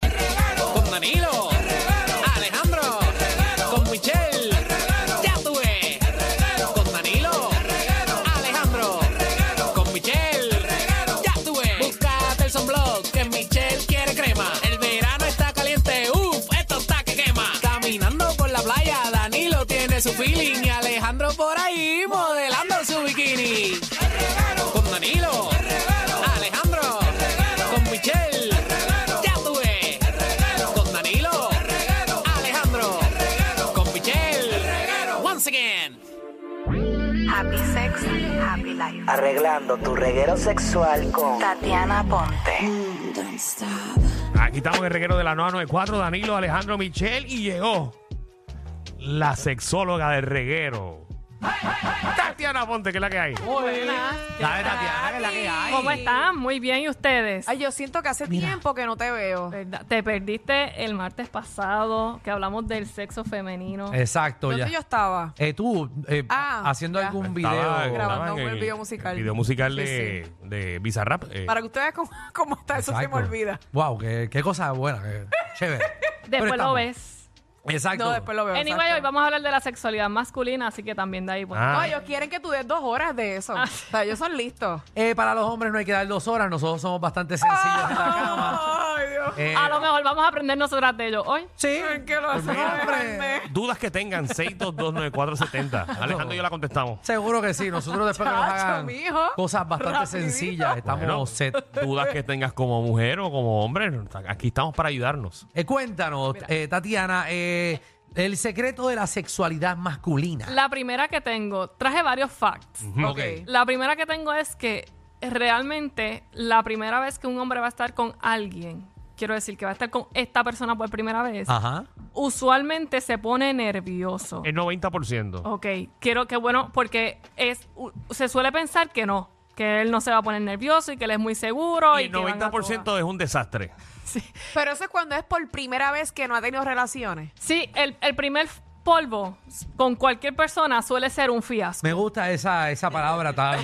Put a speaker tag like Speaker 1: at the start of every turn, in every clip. Speaker 1: Con Danilo. Alejandro. Con Michelle. Ya tuve. Con Danilo. Alejandro. Con Michelle. Ya tuve. Búscate el sunblock que Michelle quiere crema. El verano está caliente. Uf, esto está que quema. Caminando por la playa, Danilo tiene su feeling y Alejandro por ahí modelando su bikini. Con Danilo. Alejandro. Con Michelle. Ya tuve. Con Danilo. Alejandro. Con Michelle. Once again.
Speaker 2: Happy Sex, Happy Life.
Speaker 3: Arreglando tu reguero sexual con
Speaker 2: Tatiana Ponte.
Speaker 4: Aquí estamos en el reguero de la 994, Danilo Alejandro Michel, y llegó la sexóloga del reguero. Tatiana Ponte, que es la que hay. Dale, Tatiana, que es la que hay.
Speaker 5: ¿Cómo están? Muy bien, ¿y ustedes?
Speaker 6: Ay, yo siento que hace tiempo que no te veo.
Speaker 5: ¿Verdad? Te perdiste el martes pasado que hablamos del sexo femenino.
Speaker 7: Exacto,
Speaker 6: ¿Dónde
Speaker 7: ya.
Speaker 6: yo estaba?
Speaker 7: Eh, tú eh,
Speaker 6: Ah,
Speaker 7: haciendo
Speaker 6: ya.
Speaker 7: algún video.
Speaker 4: Estaba-
Speaker 6: grabando
Speaker 4: estaba en
Speaker 6: un video musical.
Speaker 4: Video musical
Speaker 6: Sí,
Speaker 4: de, de Bizarrap. eh.
Speaker 6: Para que ustedes vean cómo, cómo está, eso se me
Speaker 7: Exacto.
Speaker 6: olvida.
Speaker 7: Wow, qué, qué cosa buena, qué chévere. Pero
Speaker 5: Después lo
Speaker 7: estamos.
Speaker 5: ves.
Speaker 7: Exacto.
Speaker 6: No, después lo veo.
Speaker 5: Anyway,
Speaker 6: exacto.
Speaker 5: hoy vamos a hablar de la sexualidad masculina, así que también de ahí pues.
Speaker 4: Ah.
Speaker 6: No, ellos quieren que tú des dos horas de eso.
Speaker 5: Ah.
Speaker 6: O sea, ellos son listos.
Speaker 7: Eh, para los hombres no hay que dar dos horas, nosotros somos bastante sencillos en la
Speaker 6: Ah.
Speaker 7: cama.
Speaker 6: Ay, Dios.
Speaker 7: Eh,
Speaker 5: A lo mejor vamos a aprender nosotras de ellos hoy.
Speaker 7: Sí.
Speaker 6: ¿En qué lo
Speaker 7: Pues
Speaker 6: hacen?
Speaker 7: mira, hombre,
Speaker 6: Grande.
Speaker 4: Dudas que tengan, 6229470. Alejandro y yo la contestamos.
Speaker 7: Seguro que sí, nosotros después que nos
Speaker 6: Chacho,
Speaker 7: hagan
Speaker 6: mijo.
Speaker 7: cosas bastante
Speaker 6: Rapidito.
Speaker 7: sencillas, estamos
Speaker 4: Bueno.
Speaker 7: set.
Speaker 4: Dudas que tengas como mujer o como hombre, aquí estamos para ayudarnos.
Speaker 7: Eh, cuéntanos, eh, Tatiana, eh, el secreto de la sexualidad masculina.
Speaker 5: La primera que tengo, traje varios facts.
Speaker 4: Mm,
Speaker 6: Ok.
Speaker 5: La primera que tengo es que realmente la primera vez que un hombre va a estar con alguien, quiero decir que va a estar con esta persona por primera vez,
Speaker 7: Ajá.
Speaker 5: usualmente se pone nervioso.
Speaker 4: El 90%.
Speaker 5: Ok, quiero que bueno, porque es u- se suele pensar que no, que él no se va a poner nervioso y que él es muy seguro.
Speaker 4: Y
Speaker 5: Y,
Speaker 4: el
Speaker 5: que van a
Speaker 4: 90%
Speaker 5: todas.
Speaker 4: es un desastre.
Speaker 6: Pero eso es cuando es por primera vez que no ha tenido relaciones.
Speaker 5: Sí, el, el primer polvo con cualquier persona suele ser un fiasco.
Speaker 7: Me gusta esa, esa palabra tan,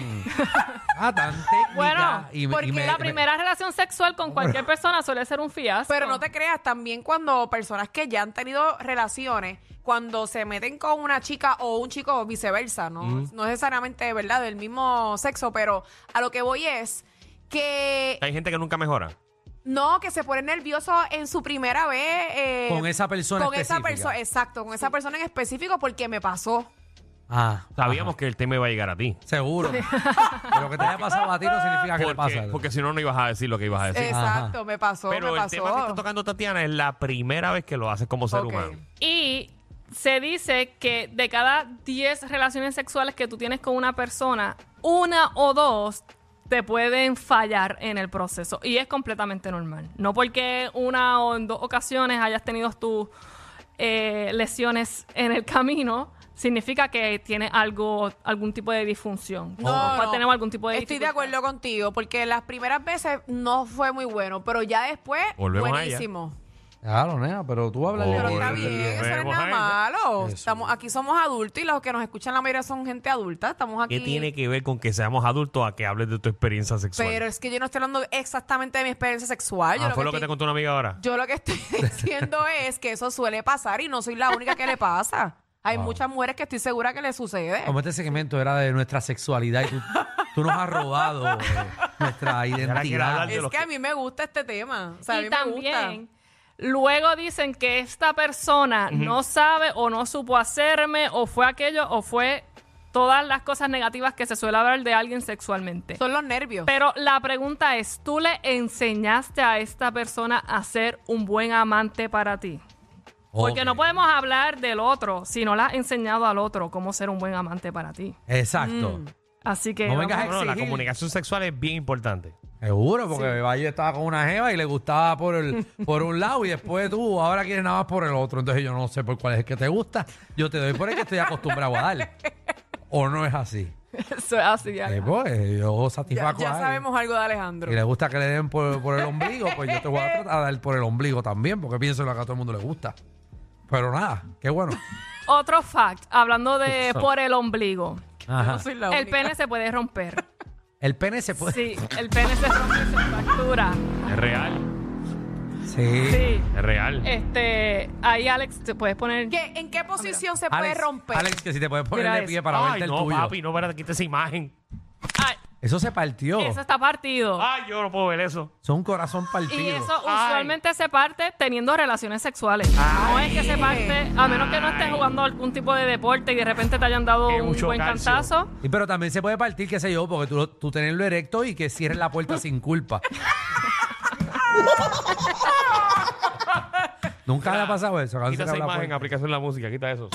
Speaker 7: ah, tan técnica.
Speaker 5: Bueno,
Speaker 7: y me- y
Speaker 5: porque
Speaker 7: me-
Speaker 5: la
Speaker 7: me-
Speaker 5: primera relación sexual con cualquier persona suele ser un fiasco.
Speaker 6: Pero no te creas, también cuando personas que ya han tenido relaciones, cuando se meten con una chica o un chico o viceversa, no, no necesariamente, ¿verdad?, del mismo sexo, pero a lo que voy es que
Speaker 4: Hay gente que nunca mejora.
Speaker 6: no, que se ponen nerviosos en su primera vez. eh,
Speaker 7: Con esa persona
Speaker 6: Con esa
Speaker 7: específica.
Speaker 6: persona, exacto, con esa persona en específico porque me pasó.
Speaker 7: Ah,
Speaker 4: Sabíamos
Speaker 7: ajá.
Speaker 4: que el tema iba a llegar a ti.
Speaker 7: Seguro. Pero que te haya pasado a ti no significa Ah, que
Speaker 4: Porque,
Speaker 7: le pasa.
Speaker 4: porque si no, no ibas a decir lo que ibas a decir.
Speaker 6: Exacto, me pasó,
Speaker 4: Pero
Speaker 6: me
Speaker 4: el tema que está
Speaker 6: pasó.
Speaker 4: tocando Tatiana es la primera vez que lo haces como ser
Speaker 6: Ok.
Speaker 4: humano.
Speaker 5: Y se dice que de cada 10 relaciones sexuales que tú tienes con una persona, una o dos te pueden fallar en el proceso. Y es completamente normal. No porque una o en dos ocasiones hayas tenido tus eh, lesiones en el camino. Significa que tiene algo, algún tipo de disfunción. O tenemos algún tipo de
Speaker 6: Estoy de
Speaker 5: dificultad.
Speaker 6: acuerdo contigo, porque las primeras veces no fue muy bueno, pero ya después,
Speaker 4: Volvemos a ella.
Speaker 6: buenísimo.
Speaker 7: Claro, nena, pero tú hablas
Speaker 4: Oh,
Speaker 6: Pero está bien,
Speaker 4: Volvemos
Speaker 6: eso no es nada
Speaker 4: a
Speaker 6: malo.
Speaker 7: Eso.
Speaker 6: Estamos, aquí somos adultos y los que nos escuchan la mayoría son gente adulta. Estamos aquí.
Speaker 4: ¿Qué tiene que ver con que seamos adultos a que hables de tu experiencia sexual?
Speaker 6: Pero es que yo no estoy hablando exactamente de mi experiencia sexual.
Speaker 4: Ah,
Speaker 6: yo,
Speaker 4: fue lo
Speaker 6: lo
Speaker 4: que
Speaker 6: que
Speaker 4: te
Speaker 6: estoy,
Speaker 4: contó una amiga ahora.
Speaker 6: yo lo que estoy diciendo es que eso suele pasar y no soy la única que le pasa. Hay muchas mujeres que estoy segura que le sucede.
Speaker 7: Como este segmento era de nuestra sexualidad y tú, tú nos has robado eh, nuestra
Speaker 4: quiere hablar
Speaker 7: identidad.
Speaker 4: de
Speaker 6: Es
Speaker 4: los
Speaker 6: que
Speaker 4: que-
Speaker 6: a mí me gusta este tema. O sea, a mí
Speaker 5: y
Speaker 6: me gusta.
Speaker 5: también luego dicen que esta persona no sabe o no supo hacerme o fue aquello o fue todas las cosas negativas que se suele hablar de alguien sexualmente.
Speaker 6: Son los nervios.
Speaker 5: Pero la pregunta es, ¿tú le enseñaste a esta persona a ser un buen amante para ti? Porque
Speaker 7: Ok.
Speaker 5: no podemos hablar del otro si no le has enseñado al otro cómo ser un buen amante para ti.
Speaker 7: Exacto.
Speaker 5: Así que...
Speaker 6: Mm.
Speaker 7: No
Speaker 5: vamos-
Speaker 7: vengas a
Speaker 4: No, no, la
Speaker 7: exigir.
Speaker 4: comunicación sexual es bien importante.
Speaker 7: Seguro, porque Valle estaba con una jeva y le gustaba por el, por un lado y después tú ahora quieres nada más por el otro. Entonces yo no sé por cuál es el que te gusta. Yo te doy por el que estoy acostumbrado a darle. O no es así.
Speaker 5: Eso es así. ya.
Speaker 7: Eh, pues, yo
Speaker 6: Ya,
Speaker 7: satisfaco
Speaker 6: ya
Speaker 7: a alguien.
Speaker 6: sabemos algo de Alejandro.
Speaker 7: Y le gusta que le den por, por el ombligo, pues yo te voy a tratar de dar por el ombligo también, porque pienso que a todo el mundo le gusta. Pero nada, qué bueno.
Speaker 5: Otro fact, hablando de por el ombligo.
Speaker 6: No soy la
Speaker 5: El
Speaker 6: única.
Speaker 5: pene se puede romper.
Speaker 7: El pene se
Speaker 4: Pues.
Speaker 7: puede.
Speaker 5: Sí, el pene se rompe, se fractura.
Speaker 4: Es real,
Speaker 7: Sí.
Speaker 5: Sí.
Speaker 4: es real.
Speaker 5: Este, ahí Alex, te puedes poner.
Speaker 6: ¿Qué- ¿En qué posición se puede
Speaker 7: Alex,
Speaker 6: romper?
Speaker 7: Alex, que si te puedes poner
Speaker 5: Mira
Speaker 7: de pie para
Speaker 4: Ay,
Speaker 7: verte el
Speaker 4: no,
Speaker 7: tuyo.
Speaker 4: papi, no, espérate, quita esa imagen.
Speaker 5: Ay,
Speaker 7: Eso se partió.
Speaker 5: Ah, eso está partido.
Speaker 4: Ay, yo no puedo ver eso.
Speaker 7: Son un corazón partido.
Speaker 5: Y eso
Speaker 4: Ah, Ay.
Speaker 5: usualmente se parte teniendo relaciones sexuales. No es que se parte, a menos que no estés jugando algún tipo de deporte y de repente te hayan dado
Speaker 4: Qué
Speaker 5: un
Speaker 4: mucho
Speaker 5: buen
Speaker 4: calcio.
Speaker 5: cantazo.
Speaker 7: Y pero también se puede partir, qué sé yo, porque tú, lo- tú tenerlo erecto y que cierres la puerta sin culpa. Nunca le ha pasado eso.
Speaker 4: Quita
Speaker 7: cancelar
Speaker 4: esa
Speaker 7: la
Speaker 4: imagen,
Speaker 7: puerta.
Speaker 4: aplicación de la música, quita eso.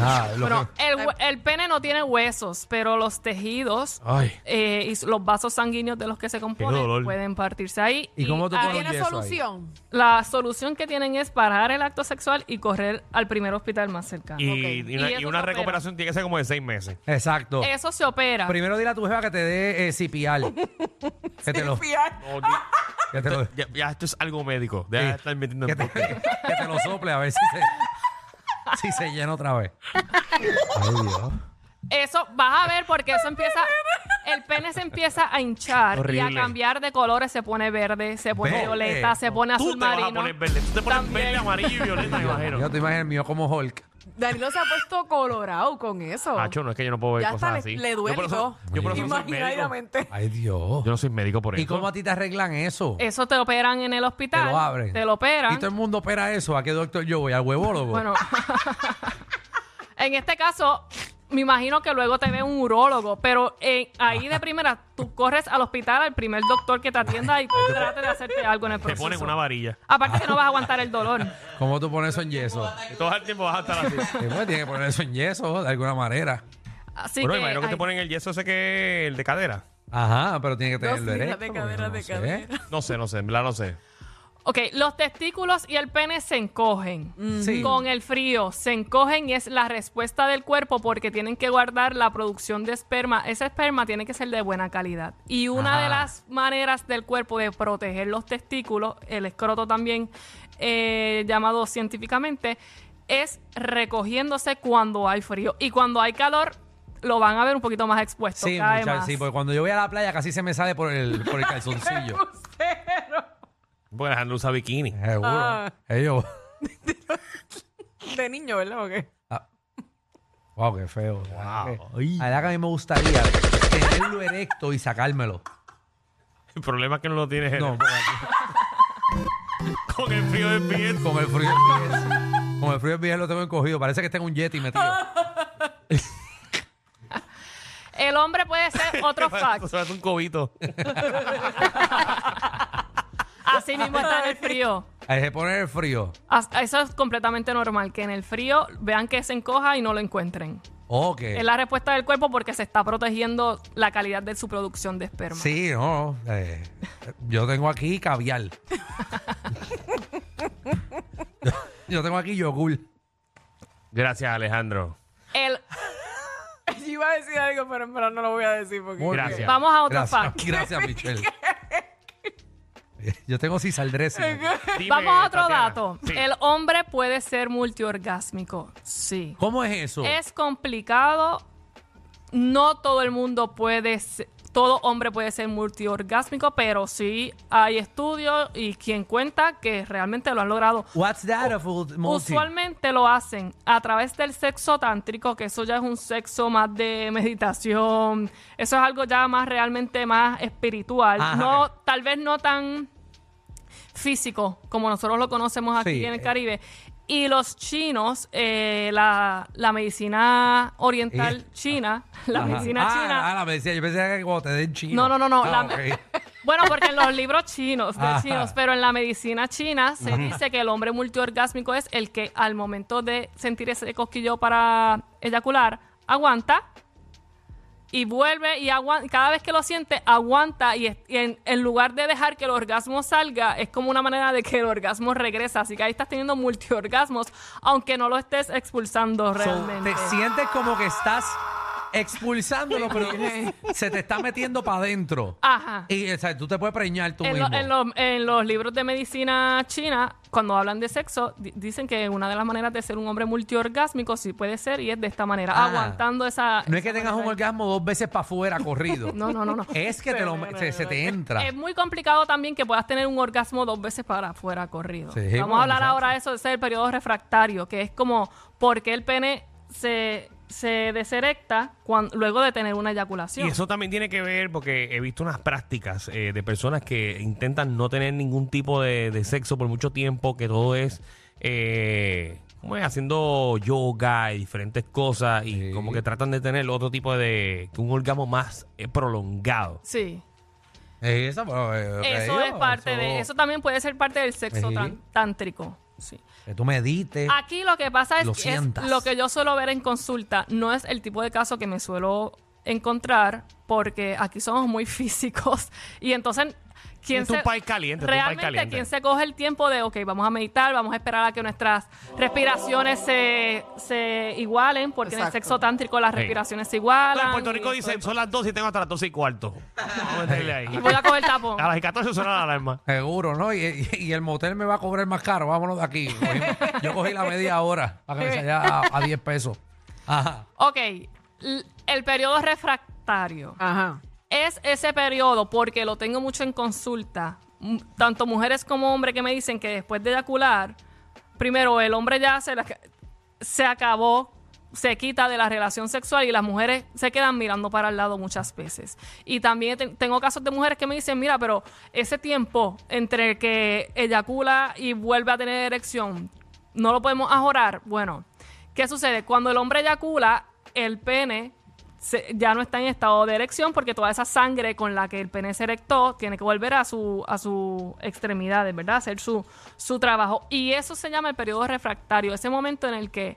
Speaker 7: Ah, lo
Speaker 5: Bueno,
Speaker 7: que-
Speaker 5: el, hue- el pene no tiene huesos, pero los tejidos
Speaker 4: Ay.
Speaker 5: eh, y s- los vasos sanguíneos de los que se
Speaker 4: dolor.
Speaker 5: componen pueden partirse ahí.
Speaker 7: ¿Y cómo tú
Speaker 5: ahí-
Speaker 7: conoces?
Speaker 6: ¿Tiene
Speaker 7: Oye, eso ahí.
Speaker 6: solución?
Speaker 5: La solución que tienen es parar el acto sexual y correr al primer hospital más cercano.
Speaker 4: Y,
Speaker 6: Ok.
Speaker 4: y una,
Speaker 5: Y
Speaker 4: y una
Speaker 5: eso se opera.
Speaker 4: recuperación tiene que ser como de seis meses.
Speaker 7: Exacto.
Speaker 5: Eso se opera.
Speaker 7: Primero dile a tu jefa que te dé eh, cipial. que te lo,
Speaker 6: Fiar.
Speaker 4: No, di-
Speaker 7: que te lo,
Speaker 4: ya, ya esto es algo médico. Deja de
Speaker 7: sí,
Speaker 4: estar metiendo
Speaker 7: que
Speaker 4: en
Speaker 7: te-
Speaker 4: boca.
Speaker 7: que te lo sople a ver si se, si se llena otra vez. Ay, Dios.
Speaker 5: Eso vas a ver porque eso empieza. El pene se empieza a hinchar y
Speaker 4: Horrible. eh,
Speaker 5: a cambiar de colores. Se pone verde, se pone
Speaker 7: Verde.
Speaker 5: violeta, se pone azul
Speaker 4: Tú te vas a
Speaker 5: marino.
Speaker 4: poner verde. Tú te pones verde, amarillo y violeta, me
Speaker 7: Yo
Speaker 4: imagino.
Speaker 7: te imagino el mío como Hulk.
Speaker 6: Danilo se ha puesto colorado con eso.
Speaker 4: Hacho, no es que yo no puedo ver
Speaker 6: ya
Speaker 4: cosas
Speaker 6: hasta
Speaker 4: así.
Speaker 6: le, le duele
Speaker 4: yo por
Speaker 6: y
Speaker 4: eso,
Speaker 6: todo.
Speaker 4: yo por eso no soy médico.
Speaker 6: Imaginariamente.
Speaker 7: Ay, Dios.
Speaker 4: Yo no soy médico por eso.
Speaker 7: ¿Y cómo a ti te arreglan eso?
Speaker 5: Eso te operan en el
Speaker 7: te
Speaker 5: hospital.
Speaker 7: lo abren.
Speaker 5: Eh, Te lo
Speaker 7: ¿Y
Speaker 5: operan.
Speaker 7: todo el mundo opera eso? ¿A qué doctor yo voy? ¿Al huevólogo?
Speaker 5: Bueno. en este caso, me imagino que luego te ve un urólogo. Pero eh, ahí de primera, tú corres al hospital al primer doctor que te atienda y trate de hacerte algo en el
Speaker 4: Te
Speaker 5: proceso.
Speaker 4: ponen una varilla.
Speaker 5: Aparte que no vas a aguantar el dolor.
Speaker 7: ¿Cómo tú pones eso en yeso?
Speaker 4: Y todo el tiempo vas a estar así.
Speaker 7: Sí, pues, tienes que poner eso en yeso de alguna manera.
Speaker 5: Así
Speaker 4: bueno,
Speaker 5: que,
Speaker 4: me imagino que te
Speaker 5: ay,
Speaker 4: ponen el yeso ese que el de cadera.
Speaker 7: Ajá, pero tiene que
Speaker 6: No,
Speaker 7: tenerlo
Speaker 6: sí,
Speaker 7: erecto.
Speaker 6: de
Speaker 7: porque
Speaker 6: cadera, de
Speaker 7: sé.
Speaker 6: cadera.
Speaker 4: No sé, no sé, en verdad no sé.
Speaker 5: Ok, los testículos y el pene se encogen.
Speaker 7: Mm-hmm. Sí.
Speaker 5: Con el frío se encogen y es la respuesta del cuerpo porque tienen que guardar la producción de esperma. Ese esperma tiene que ser de buena calidad. Y una
Speaker 7: Ajá.
Speaker 5: de las maneras del cuerpo de proteger los testículos, el escroto también eh, llamado científicamente, es recogiéndose cuando hay frío. Y cuando hay calor, lo van a ver un poquito más expuesto.
Speaker 7: Sí,
Speaker 5: cae
Speaker 7: muchachos,
Speaker 5: más.
Speaker 7: sí, porque cuando yo voy a la playa casi se me sale por el, por el calzoncillo.
Speaker 4: Porque Alejandro usa bikini.
Speaker 7: Seguro.
Speaker 6: Ah.
Speaker 7: Ellos.
Speaker 6: De niño, ¿verdad? ¿O qué?
Speaker 7: Ah. Wow, qué feo. La verdad
Speaker 4: Wow.
Speaker 7: que- la verdad que a mí me gustaría tenerlo erecto y sacármelo.
Speaker 4: El problema es que no lo tienes en-
Speaker 7: No, porque aquí-
Speaker 4: con el frío del pie.
Speaker 7: con el frío del pie, Con el frío del pie lo tengo encogido. Parece que tengo un yeti metido.
Speaker 5: El hombre puede ser otro fact.
Speaker 4: Eso es un cobito.
Speaker 5: Así mismo está en el frío.
Speaker 7: Hay que poner el frío.
Speaker 5: As- Eso es completamente normal, que en el frío vean que se encoja y no lo encuentren.
Speaker 7: Ok.
Speaker 5: Es la respuesta del cuerpo porque se está protegiendo la calidad de su producción de esperma.
Speaker 7: Sí, no. eh, yo tengo aquí caviar. Yo- yo tengo aquí yogur.
Speaker 4: Gracias, Alejandro.
Speaker 5: El-
Speaker 6: Yo iba a decir algo, pero en verdad no lo voy a decir porque...
Speaker 7: Muy
Speaker 4: Gracias.
Speaker 7: bien.
Speaker 5: vamos a otro
Speaker 7: Gracias,
Speaker 5: fact.
Speaker 7: Gracias, Michelle. Yo tengo cisaldrés.
Speaker 4: Dime,
Speaker 5: Vamos a otro
Speaker 4: Tatiana.
Speaker 5: dato.
Speaker 4: Sí.
Speaker 5: El hombre puede ser multiorgásmico. Sí.
Speaker 7: ¿Cómo es eso?
Speaker 5: Es complicado. No todo el mundo puede ser, todo hombre puede ser multiorgásmico, pero sí hay estudios y quien cuenta que realmente lo han logrado.
Speaker 7: What's that of multi?
Speaker 5: Usualmente lo hacen a través del sexo tántrico, que eso ya es un sexo más de meditación. Eso es algo ya más realmente más espiritual.
Speaker 7: Ajá.
Speaker 5: No, tal vez no tan físico como nosotros lo conocemos aquí
Speaker 7: Sí,
Speaker 5: en el
Speaker 7: eh.
Speaker 5: Caribe. Y los chinos, eh, la, la medicina oriental
Speaker 7: Eh.
Speaker 5: china, la
Speaker 7: Ajá.
Speaker 5: medicina
Speaker 7: ah,
Speaker 5: china.
Speaker 7: Ah, la medicina. Yo pensé que cuando te den
Speaker 5: No,
Speaker 7: chino.
Speaker 5: no, no, no.
Speaker 7: Ah,
Speaker 5: la-
Speaker 7: ok.
Speaker 5: Bueno, porque en los libros chinos, de
Speaker 7: Ajá.
Speaker 5: chinos, pero en la medicina china se dice que el hombre multiorgásmico es el que al momento de sentir ese cosquillo para eyacular, aguanta y vuelve y aguanta, cada vez que lo siente, aguanta y, es- y en, en lugar de dejar que el orgasmo salga, es como una manera de que el orgasmo regresa. Así que ahí estás teniendo multiorgasmos, aunque no lo estés expulsando
Speaker 7: So,
Speaker 5: realmente.
Speaker 7: te sientes como que estás expulsándolo, pero se te está metiendo para adentro.
Speaker 5: Ajá.
Speaker 7: Y o sea, tú te puedes preñar tú
Speaker 5: En,
Speaker 7: mismo.
Speaker 5: lo- en los- en los libros de medicina china, cuando hablan de sexo, di- dicen que una de las maneras de ser un hombre multiorgásmico sí puede ser y es de esta manera,
Speaker 7: Ah.
Speaker 5: aguantando esa...
Speaker 7: no es
Speaker 5: esa
Speaker 7: que tengas un
Speaker 5: manera de-
Speaker 7: orgasmo dos veces para afuera corrido.
Speaker 5: No, no, no, no.
Speaker 7: Es que te lo, se, se te entra.
Speaker 5: Es muy complicado también que puedas tener un orgasmo dos veces para afuera corrido.
Speaker 7: Sí,
Speaker 5: Vamos
Speaker 7: bueno,
Speaker 5: a hablar
Speaker 7: exacto.
Speaker 5: ahora de eso, de ese el periodo refractario, que es como por qué el pene se, se deserecta cuan- luego de tener una eyaculación.
Speaker 4: Y eso también tiene que ver porque he visto unas prácticas eh, de personas que intentan no tener ningún tipo de, de sexo por mucho tiempo, que todo es, eh, ¿cómo es? Haciendo yoga y diferentes cosas y
Speaker 7: Sí.
Speaker 4: como que tratan de tener otro tipo de, un orgasmo más eh, prolongado.
Speaker 5: sí.
Speaker 7: Eh, esa, bueno, eh,
Speaker 5: Eso
Speaker 7: eh,
Speaker 5: es parte
Speaker 7: eso-
Speaker 5: de... Eso también puede ser parte del sexo
Speaker 7: Sí.
Speaker 5: tan- tántrico. Sí.
Speaker 7: Que tú medites.
Speaker 5: Aquí lo que pasa es
Speaker 7: Lo
Speaker 5: que es
Speaker 7: sientas.
Speaker 5: lo que yo suelo ver en consulta. No es el tipo de caso que me suelo encontrar porque aquí somos muy físicos. Y entonces, ¿quién
Speaker 4: Es un país caliente, es un país
Speaker 5: Realmente,
Speaker 4: caliente.
Speaker 5: ¿quién se coge el tiempo de, ok, vamos a meditar, vamos a esperar a que nuestras respiraciones se, se igualen? Porque en el
Speaker 6: Exacto.
Speaker 5: sexo tántrico las
Speaker 4: Sí.
Speaker 5: respiraciones se
Speaker 4: Pero
Speaker 5: igualan.
Speaker 4: en Puerto Rico
Speaker 5: y-
Speaker 4: dicen, son las 12 y tengo hasta las 12 y cuarto. Vamos a meterle ahí.
Speaker 5: Y voy a coger tapón.
Speaker 4: A las 14 suena la alarma.
Speaker 7: Seguro, ¿no? Y, y- y el motel me va a cobrar más caro. Vámonos de aquí. Cogí- yo cogí la media hora para que me salga a, a 10 pesos. Ajá.
Speaker 5: Ok, l- el periodo refractario.
Speaker 6: Ajá.
Speaker 5: es ese periodo, porque lo tengo mucho en consulta, m- tanto mujeres como hombres que me dicen que después de eyacular, primero el hombre ya se, la- se acabó, se quita de la relación sexual y las mujeres se quedan mirando para el lado muchas veces. Y también te- tengo casos de mujeres que me dicen, mira, pero ese tiempo entre que eyacula y vuelve a tener erección, no lo podemos ajorar. Bueno, ¿qué sucede? Cuando el hombre eyacula, el pene se- ya no está en estado de erección porque toda esa sangre con la que el pene se erectó tiene que volver a su a su extremidades, ¿verdad? Hacer su, su trabajo. Y eso se llama el periodo refractario, ese momento en el que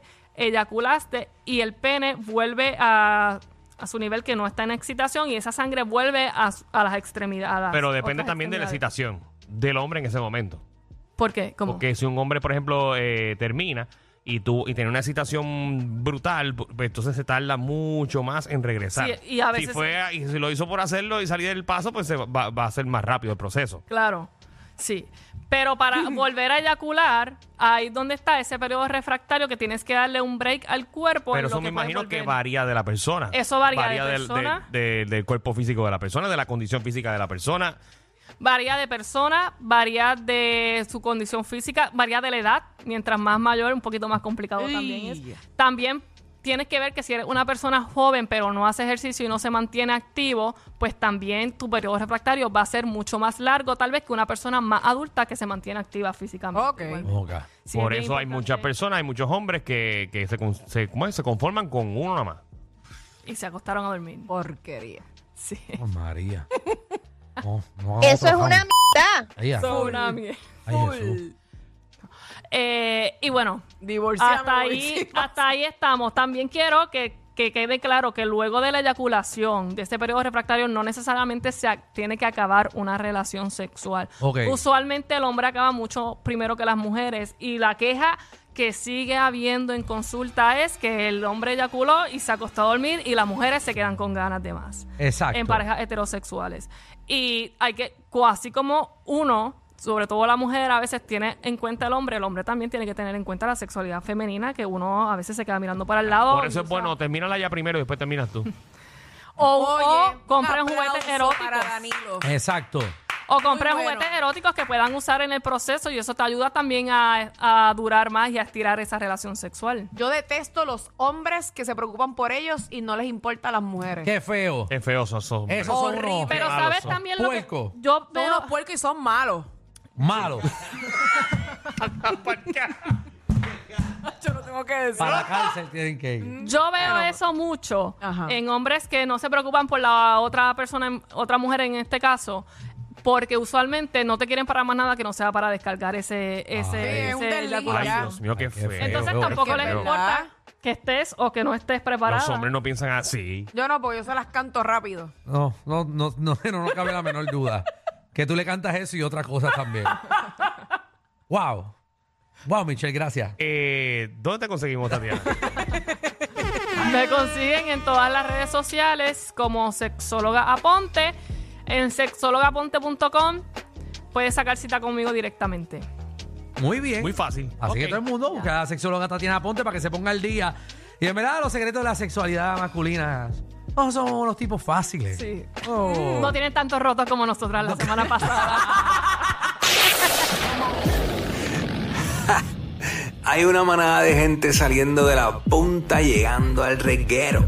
Speaker 5: eyaculaste y el pene vuelve a, a su nivel que no está en excitación y esa sangre vuelve a, su- a las extremidades. a las
Speaker 4: Pero depende
Speaker 5: otras
Speaker 4: también de la
Speaker 5: extremidades.
Speaker 4: excitación del hombre en ese momento.
Speaker 5: ¿Por qué? ¿Cómo?
Speaker 4: Porque si un hombre, por ejemplo, eh, termina y tú y tiene una excitación brutal, pues, entonces se tarda mucho más en regresar.
Speaker 5: Sí, y a veces-
Speaker 4: si, fue, a- y si lo hizo por hacerlo y salir del paso, pues se va, va a ser más rápido el proceso.
Speaker 5: Claro, sí. Pero para volver a eyacular, ahí donde está ese periodo refractario que tienes que darle un break al cuerpo. en
Speaker 4: Pero
Speaker 5: lo
Speaker 4: eso me
Speaker 5: que puede
Speaker 4: imagino que
Speaker 5: volver.
Speaker 4: varía de la persona.
Speaker 5: Eso varía de
Speaker 4: del,
Speaker 5: persona.
Speaker 4: del- del cuerpo físico de la persona, de la condición física de la persona.
Speaker 5: Varía de persona, varía de su condición física, varía de la edad. Mientras más mayor, un poquito más complicado también
Speaker 6: Ey.
Speaker 5: es. También tienes que ver que si eres una persona joven pero no hace ejercicio y no se mantiene activo, pues también tu periodo refractario va a ser mucho más largo tal vez que una persona más adulta que se mantiene activa físicamente.
Speaker 6: Ok.
Speaker 5: Igual.
Speaker 7: Ok.
Speaker 5: Sí, es
Speaker 4: por
Speaker 5: bien
Speaker 4: eso hay muchas
Speaker 5: importante.
Speaker 4: personas, hay muchos hombres que, que se, con- se- ¿cómo es? se conforman con uno nada más.
Speaker 5: Y se acostaron a dormir.
Speaker 6: Porquería.
Speaker 5: Sí.
Speaker 7: Oh, María. No, no hagan
Speaker 8: Eso
Speaker 7: otro
Speaker 8: es una
Speaker 7: fan.
Speaker 8: mierda.
Speaker 7: Ay, ay, ay, Jesús.
Speaker 5: Eh, y bueno,
Speaker 6: Divorciamos.
Speaker 5: hasta ahí, hasta ahí estamos. También quiero que, que quede claro que luego de la eyaculación, de este periodo refractario, no necesariamente se ac- tiene que acabar una relación sexual.
Speaker 7: Ok.
Speaker 5: Usualmente el hombre acaba mucho primero que las mujeres y la queja que sigue habiendo en consulta es que el hombre eyaculó y se acostó a dormir y las mujeres se quedan con ganas de más
Speaker 7: Exacto.
Speaker 5: en parejas heterosexuales. Y hay que, co- así como uno, sobre todo la mujer, a veces tiene en cuenta el hombre, el hombre también tiene que tener en cuenta la sexualidad femenina, que uno a veces se queda mirando para el lado.
Speaker 4: Por eso
Speaker 5: y
Speaker 4: es bueno, termínala ya primero y después terminas tú.
Speaker 5: O,
Speaker 6: Oye,
Speaker 5: o compren
Speaker 6: un
Speaker 5: juguetes
Speaker 6: aplauso
Speaker 5: eróticos.
Speaker 6: Para Danilo.
Speaker 7: Exacto.
Speaker 5: O compren
Speaker 6: Muy bueno.
Speaker 5: juguetes eróticos que puedan usar en el proceso y eso te ayuda también a, a durar más y a estirar esa relación sexual.
Speaker 6: Yo detesto los hombres que se preocupan por ellos y no les importa a las mujeres.
Speaker 7: Qué feo.
Speaker 4: Es feo eso. eso.
Speaker 7: Esos son unos
Speaker 5: Pero
Speaker 4: malos
Speaker 5: sabes
Speaker 4: son.
Speaker 5: también lo que
Speaker 7: Puerco.
Speaker 5: yo
Speaker 6: Son
Speaker 5: veo
Speaker 6: unos puercos y son malos.
Speaker 7: malos.
Speaker 6: Yo no tengo que decir.
Speaker 7: Para la cárcel tienen que ir.
Speaker 5: Yo veo eso mucho
Speaker 6: Ajá.
Speaker 5: en hombres que no se preocupan por la otra persona, en- otra mujer en este caso, porque usualmente no te quieren para más nada que no sea para descargar ese, ese,
Speaker 7: Ay.
Speaker 6: Sí,
Speaker 5: ese
Speaker 6: es un desliz.
Speaker 5: eyaculación.
Speaker 4: Ay, Dios mío, qué
Speaker 7: Ay, qué
Speaker 4: feo.
Speaker 7: feo.
Speaker 5: Entonces
Speaker 7: Pero-
Speaker 5: tampoco
Speaker 6: Es que
Speaker 5: les
Speaker 6: es
Speaker 5: importa
Speaker 6: verdad.
Speaker 5: que estés o que no estés preparada.
Speaker 4: Los hombres no piensan así.
Speaker 6: Yo no, porque yo se las canto rápido.
Speaker 7: No, no, no, no, no, no cabe la menor duda. Que tú le cantas eso y otras cosas también. wow. Wow, Michelle, gracias.
Speaker 4: Eh, ¿Dónde te conseguimos, Tatiana?
Speaker 5: Me consiguen en todas las redes sociales como Sexóloga Aponte. En sexólogaponte.com puedes sacar cita conmigo directamente.
Speaker 7: Muy bien.
Speaker 4: Muy fácil.
Speaker 7: Así que
Speaker 4: Ok.
Speaker 7: todo el mundo busca a la sexóloga Tatiana Ponte para que se ponga al día. Y en verdad, los secretos de la sexualidad masculina no son unos tipos fáciles.
Speaker 5: Sí.
Speaker 7: Oh.
Speaker 5: No tienen tantos rotos como nosotras la semana pasada.
Speaker 8: Hay una manada de gente saliendo de la punta llegando al reguero.